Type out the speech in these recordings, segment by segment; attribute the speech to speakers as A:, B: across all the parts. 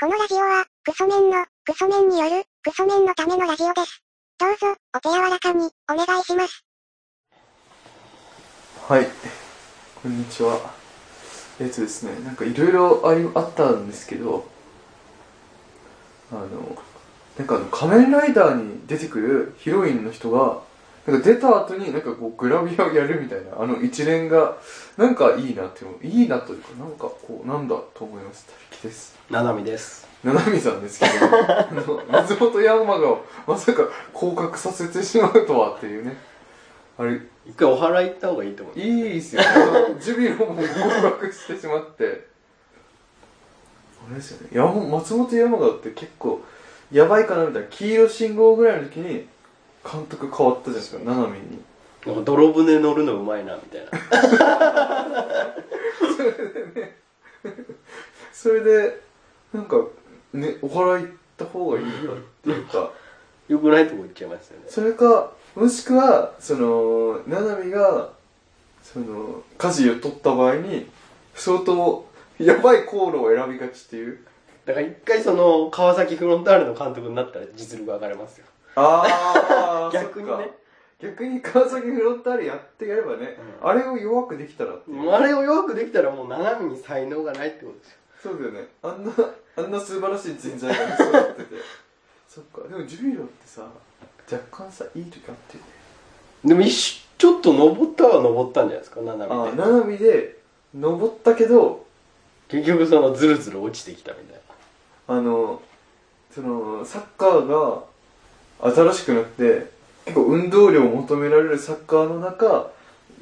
A: このラジオは、クソメンの、クソメンによる、クソメンのためのラジオです。どうぞ、お手柔らかに、お願いします。
B: はい、こんにちは。えっとですね、なんかいろいろありあったんですけど、あの、なんかあの仮面ライダーに出てくるヒロインの人が、なんか出た後になんかこうグラビアをやるみたいな、あの一連が、なんかいいなって思う、いいなというか、なんかこう、なんだと思います。たりきです。
C: ななみです
B: ななみさんですけど、あの松本ヤンマがまさか降格させてしまうとはっていうね、あれ、
C: 一回お祓い行った方がいいと思う
B: いいっすよ、ね、ジュビロも合格してしまってあれですよね山松本山田って結構やばいかなみたいな黄色信号ぐらいの時に監督変わったじゃないですかななみに
C: なんか泥船乗るのうまいなみたいな
B: それでなんかねお祓い行った方がいいよっていうか
C: よくないとこ行っちゃいますよね
B: それかもしくはそのななみがその家事を取った場合に相当やばい航路を選びがちっていう
C: だから一回その川崎フロンターレの監督になったら実力上がれますよ
B: ああ
C: 逆にね
B: 逆に川崎フロンターレやってやればね、
C: う
B: あれを弱くできたらっていう、
C: あれを弱くできたらもうななみに才能がないってことですよ
B: そうだよねあんなあんな素晴らしい人材が育ってて そっかでもジュビロってさ若干さいい時あってね
C: でも一瞬ちょっと登ったは登ったんじゃないですかなな
B: あ
C: みで
B: 七海で登ったけど
C: 結局そのズルズル落ちてきたみたい
B: あのそのサッカーが新しくなって結構運動量を求められるサッカーの中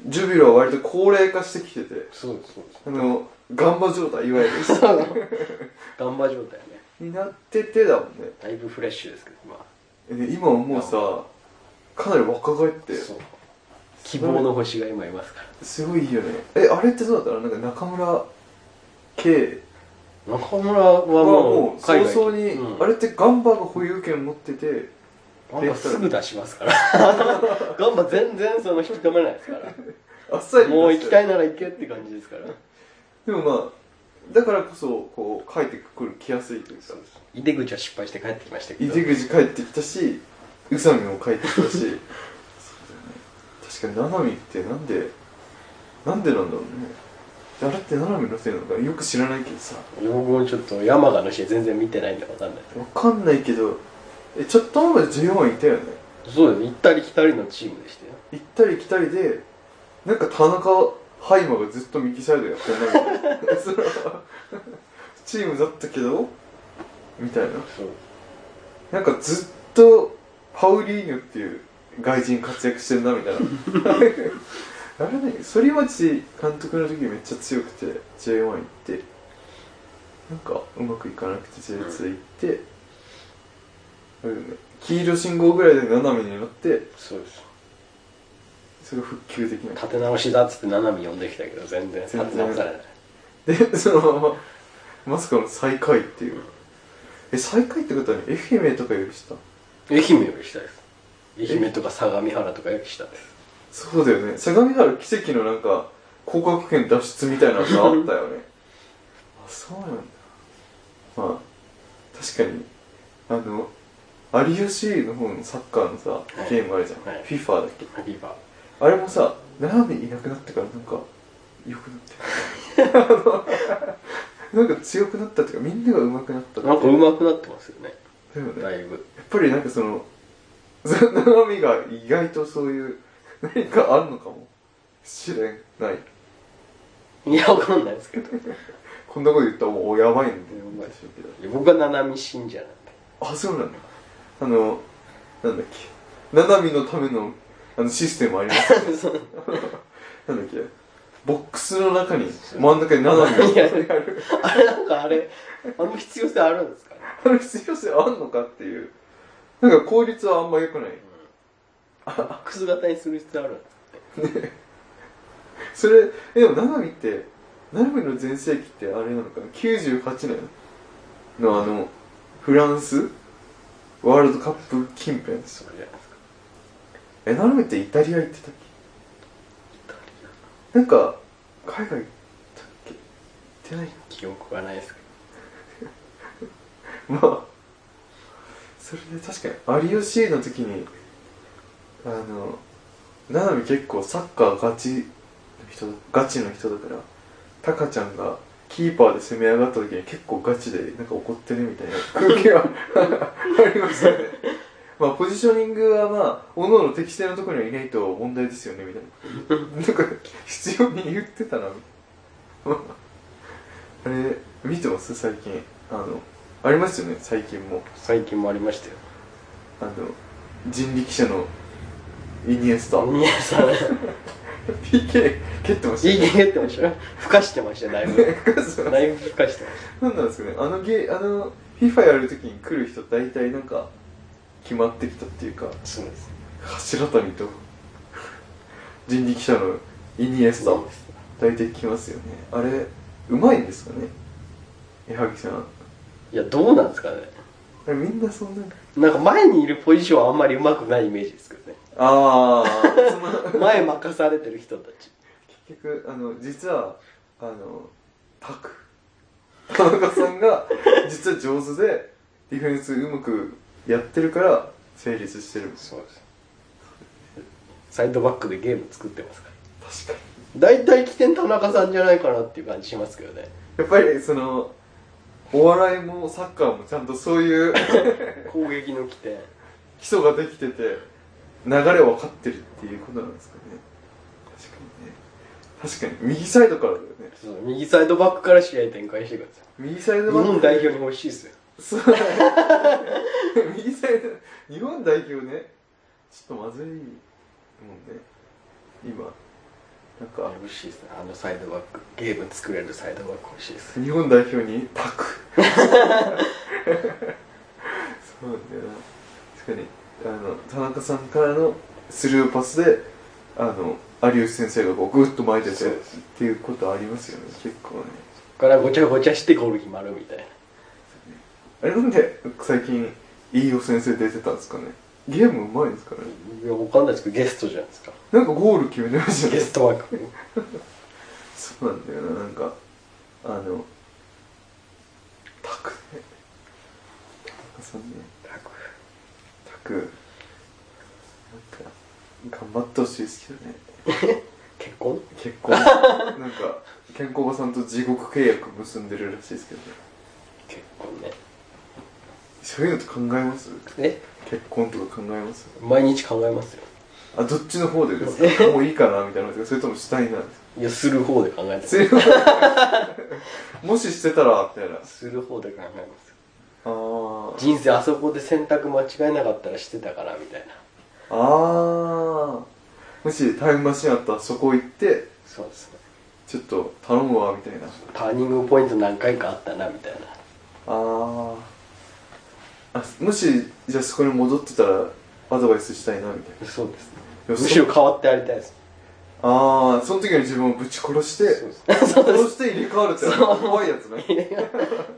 B: ジュビロは割と高齢化してきてて
C: なそうですそうです
B: あのガンバ状態いわゆる
C: ガンバ状態ね
B: になっててだもんね
C: だいぶフレッシュですけど今
B: えね今はもうさかなり若返って
C: そう希望の星が今いますから
B: すごいいいよねえあれってどうだったのなんか中村圭
C: 中村は
B: は
C: も
B: もう
C: う
B: 早
C: 海外
B: 々に、
C: うん
B: あれってガンバが保有権持ってて
C: ガンバすぐ出します からガンバ全然その引き止めないです から
B: あっさり
C: もう行きた
B: い
C: いなら行けって感じですから
B: でもまあだからこそこう帰ってくる来やすいというか
C: 井出口は失敗して帰ってきましたけ
B: 井
C: ど
B: 出口帰ってきたし宇佐美も帰ってきたし そうだよね確かに七海ってなんでなんでなんだろうねあれって七海のせいなのかよく知らないけどさ
C: 僕もちょっと山賀の試合全然見てないんでわかんない
B: わかんないけどえちょっと前まで J1 いたよね
C: そうです行ったり来たりのチームでしたよ
B: 行ったり来たりでなんか田中ハイマがずっと右サイドやってないみたいな そのチームだったけどみたいな
C: そう
B: なんかずっとパウリーニョっていう外人活躍してんなみたいなあれね反町監督の時めっちゃ強くて J1 行ってなんかうまくいかなくて J2 行って、あれだよね黄色信号ぐらいで斜めになって
C: そうです
B: それが復旧できない
C: 立て直しだっつって七海呼んできたけど全然立
B: 全然
C: て直されない
B: でそのまままさかの最下位っていうえ最下位ってことはね愛媛とかより下
C: 愛媛より下です愛媛とか相模原とかより下です
B: そうだよね相模原奇跡のなんか降格圏脱出みたいなのがあったよ ねあそうなんだまあ確かにあの有吉の方のサッカーのさ
C: い
B: ゲームあるじゃん、
C: はい
B: FIFA だっけ
C: ハビバ
B: あれもさ斜めいなくなってからなんか良くなってる あ のなんか強くなったっていうかみんなが上手くなったって
C: なんか上手くなってますよね
B: だよね
C: だいぶ
B: やっぱりなんかその、その生身が意外とそういう、何かあるのかもしれない。
C: いやわかんないですけど
B: こんなこと言ったらもうやばいんで、
C: やばい
B: でしょうけど。
C: 僕は七海信者なんで
B: あ、そうなんだ。あの、なんだっけ。ななみのための、あの、システムあり ますよねなんだっけ。ボックスの中に、真ん中にななみが
C: い や
B: ある。
C: あれなんかあれあの必要性あるんですかね
B: あの必要性あんのかっていう。なんか効率はあんま良くない。
C: ボックス型にする必要あるんですか
B: それえでも七海って七海の全盛期ってあれなのかな98年のあのフランスワールドカップ近辺
C: そうじゃないですか
B: え七海ってイタリア行ってたっけなんか海外行ったっけ行ってない
C: 記憶はないですけ
B: まあそれで確かに有吉の時にあの七海結構サッカーガチの人ガチの人だからタカちゃんがキーパーで攻め上がった時に結構ガチでなんか怒ってるみたいな空気はありましたねまあポジショニングはまあおのおの適正なところにはいないと問題ですよねみたいななんか必要に言ってたなみたいなあれ見てます最近あのありますよね最近も
C: 最近もありましたよ
B: あの人力車のイニエスタ
C: 宮さん
B: PK 蹴ってました
C: いい
B: ね
C: ねってましたよふかしてましたよだい ぶだいぶふかしてまし
B: 何なんですかねあのゲあの FIFA やるときに来る人大体なんか決まってきたっていうか
C: たそうです
B: 柱谷と人力車のイニエスタ
C: そうです
B: 大体来ますよねあれうまいんですかね矢作さんあ
C: いやどうなんですかね
B: れみんなそんな
C: なんか前にいるポジションはあんまり上手くないイメージですけどね
B: ああその
C: 前任されてる人たち
B: 結局あの実はあのパク田中さんが実は上手でディフェンスうまくやってるから成立してるんです
C: そうですサイドバックでゲーム作ってますから
B: 確か
C: 大体起点田中さんじゃないかなっていう感じしますけどね
B: にやっぱりそのお笑いもサッカーもちゃんとそういう
C: 攻撃の起点
B: 基礎ができてて流れ分かってるっていうことなんですかね確かにね確かに右サイドからだよね
C: そう右サイドバックから試合展開してください
B: 右サイ
C: 日
B: ドバック
C: 本代表に欲しいですよ
B: そう右サイ ド日本代表ねちょっとまずいもんね今なんか
C: 欲しいですねあのサイドバックゲーム作れるサイドバック欲しいです
B: 日本代表にパクそうなんだよな確かにあの田中さんからのスルーパスであの有吉先生がこうグッと前に出て
C: そう
B: っ
C: です
B: ていうことありますよね結構ね
C: ここからごちゃごちゃしてゴール決まるみたいな
B: あれなんで最近飯尾先生出てたんですかねゲームうまいですからね
C: いやわかんないですけどゲストじゃないですか
B: なんかゴール決めてました
C: ゲ
B: ね
C: ストワーク
B: そうなんだよな、なんか、あの、タクね。タクさんね、タク、なんか、頑張ってほしいですけどね。
C: 結婚
B: 結婚、なんか、健康場さんと地獄契約結んでるらしいですけどね。
C: 結婚ね
B: そういうのって考えます
C: え
B: 結婚とか考えます
C: 毎日考えますよ
B: あ、どっちの方でですかもういいかなみたいなのですかそれともしたいな。
C: いやする方で考えます
B: それ もししてたら、みたいな。
C: する方で考えます
B: あー。
C: 人生あそこで選択間違えなかったらしてたからみたいな
B: あーもしタイムマシンあったらそこ行って
C: そうですね
B: ちょっと頼むわみたいな
C: ターニングポイント何回かあったなみたいな
B: あーあもしじゃあそこに戻ってたらアドバイスしたいなみたいな
C: そうですね
B: よ
C: む
B: そ
C: しろ変わってやりたいです
B: ああその時の自分をぶち殺して
C: そうです
B: 殺して入れ替わるって怖いやつね
C: 入れ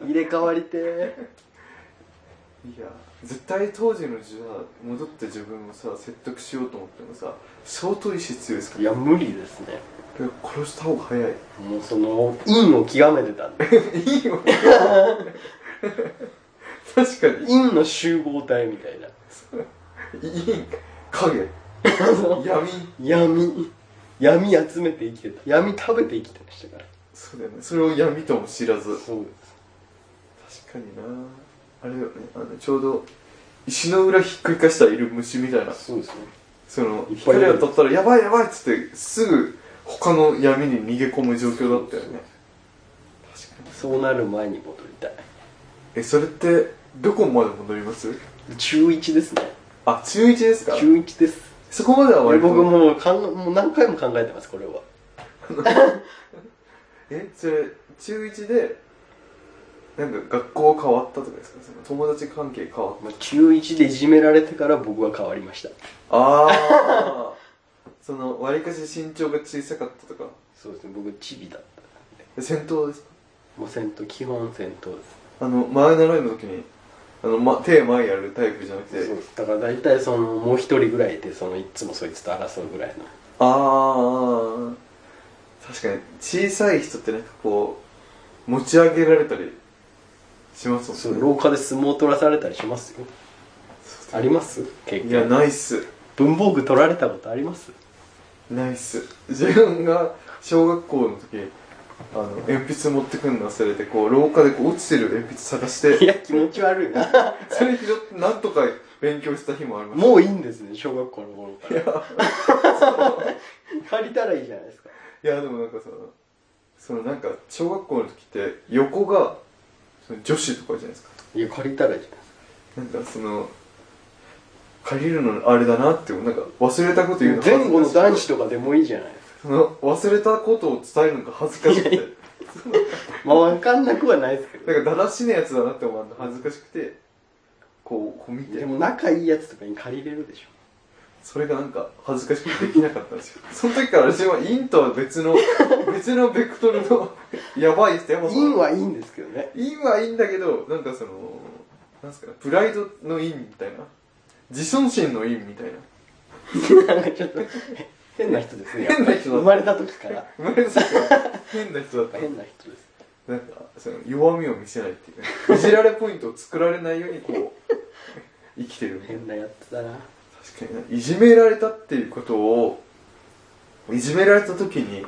C: 入れ替わりてー
B: いや絶対当時のじゃあ戻って自分をさ説得しようと思ってもさ相当意志強いですか
C: い
B: ら
C: や無理ですね
B: だから殺した方が早い
C: もうその陰を極めてたんで
B: いいよ確かに
C: 陰の集合体みたいない
B: い影闇
C: 闇闇集めて生きてた闇食べて生きてましたから
B: そうだよねそれを闇とも知らず
C: そうで
B: 確かになあれだよねあのちょうど石の裏ひっくり返したらいる虫みたいな
C: すそうですね
B: その
C: いっぱいい
B: 光
C: る
B: 当たったらやばいやばいっつってすぐ他の闇に逃げ込む状況だったよね確かに
C: そうなる前に戻りたい
B: えそれってどこまで戻ります
C: 中1ですね
B: あ中1ですか
C: 中1です
B: そこまでは
C: 俺
B: 割と
C: 僕もうかんもう何回も考えてますこれは
B: えそれ中1でなんか学校変わったとかですかその友達関係変わった
C: まあ中1でいじめられてから僕は変わりました
B: ああ そのわりかし身長が小さかったとか
C: そうですね僕チビだったんで
B: 戦闘ですか
C: もう戦闘基本戦闘です
B: あの前習いの時にあの、ま、手前やるタイプじゃなくて
C: そうだから大体そのもう一人ぐらいいてそのいつもそいつと争うぐらいの
B: ああ確かに小さい人ってなんかこう持ち上げられたりしますもん
C: そう廊下で相撲取らされたりしますよあります経
B: いや
C: 験
B: ないっす
C: 文房具取られたことあります
B: ないっす自分が小学校の時あの鉛筆持ってくんの忘れてこう廊下でこう落ちてる鉛筆探して
C: いや気持ち悪いな
B: それ拾ってなんとか勉強した日もありました
C: もういいんですね小学校の頃から 借りたらいいじゃないですか
B: いやでもなんかそのそのなんか小学校の時って横がその女子とかじゃないですか
C: いや借りたらいいじゃないですか
B: なんかその借りるのあれだなってなんか忘れたこと言うの
C: 前後の男子
B: と
C: とかでもいいじゃないですか
B: その忘れたことを伝えるのが恥ずかしくて
C: まあ分かんなくはないですけど
B: なんかだらしねえやつだなって思うの恥ずかしくてこうこう見て
C: でも仲いいやつとかに借りれるでしょ
B: それがなんか恥ずかしくてできなかったんですよその時から私は陰とは別の別のベクトルのやばいってやば
C: インはいいんですけどね
B: 陰はいいんだけどなんかそのなんすかねプライドの陰みたいな自尊心の陰みたいな
C: なんかちょっと変な人ですね
B: 変な人だ
C: 生まれた時から
B: 生まれた時から変な人だった
C: 変な人です
B: なんかその弱みを見せないっていうねいじられポイントを作られないようにこう生きてるみたいな
C: 変なやつだな
B: 確かにないじめられたっていうことをいじめられた時に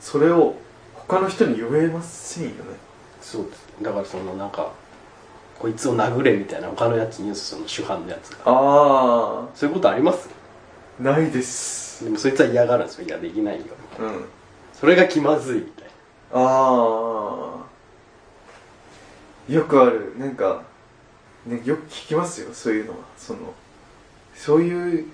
B: それを他の人に言えませんよね
C: そうですだからそのなんかこいつを殴れみたいな他のやつにその主犯のやつが
B: あ
C: そういうことあります
B: あないです
C: でもそいつは嫌がるんですよいやできないよ
B: うん
C: それが気まずいみたいな
B: ああよくあるなんか、ね、よく聞きますよそういうのはそのそういう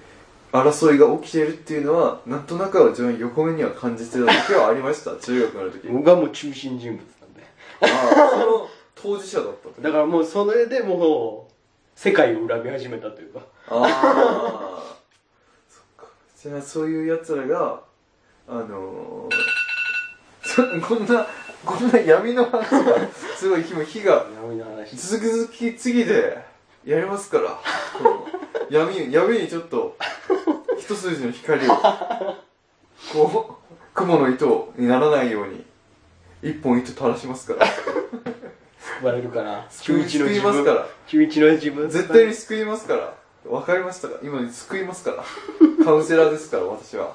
B: 争いが起きているっていうのはなんとなくは自分横目には感じてた時はありました中学の時
C: 僕がもう中心人物なんで
B: ああその当事者だったと
C: だからもうそれでもう世界を恨み始めたというか
B: ああそっかじゃあそういうやつらがあのーそ、こんなこんな闇の話がすごい今火が
C: 闇の話
B: 続き続き次でやりますからこの闇闇にちょっと一筋の光をこう雲の糸にならないように一本糸垂らしますから
C: バレるかな
B: 救い救いますから
C: 中一の自分
B: 絶対に救いますからわかりましたか今に救いますからカウンセラーですから私は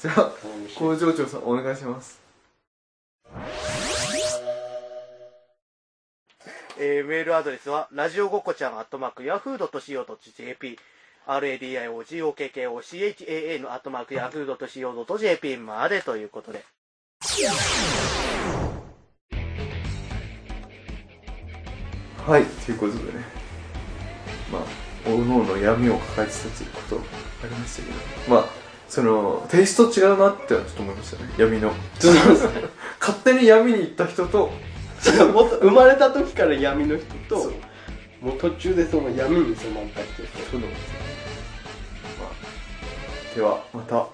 B: じゃあ工場長さんお願いします
D: えーメールアドレスは、ラジオごこちゃん、アットマーク、ヤフードとしようと JP、radiogokochaa のアットマーク、ヤフードとしようと JP までということで。
B: はいということでねまあおのおの闇を抱えてたということありましたけどまあそのテイスト違うなってはちょっと思いましたね闇の
C: そうですね
B: 勝手に闇に行った人と
C: そうもっと生まれた時から闇の人
B: そう
C: ともう途中でその闇に染まった人と
B: との、まあ、ではまた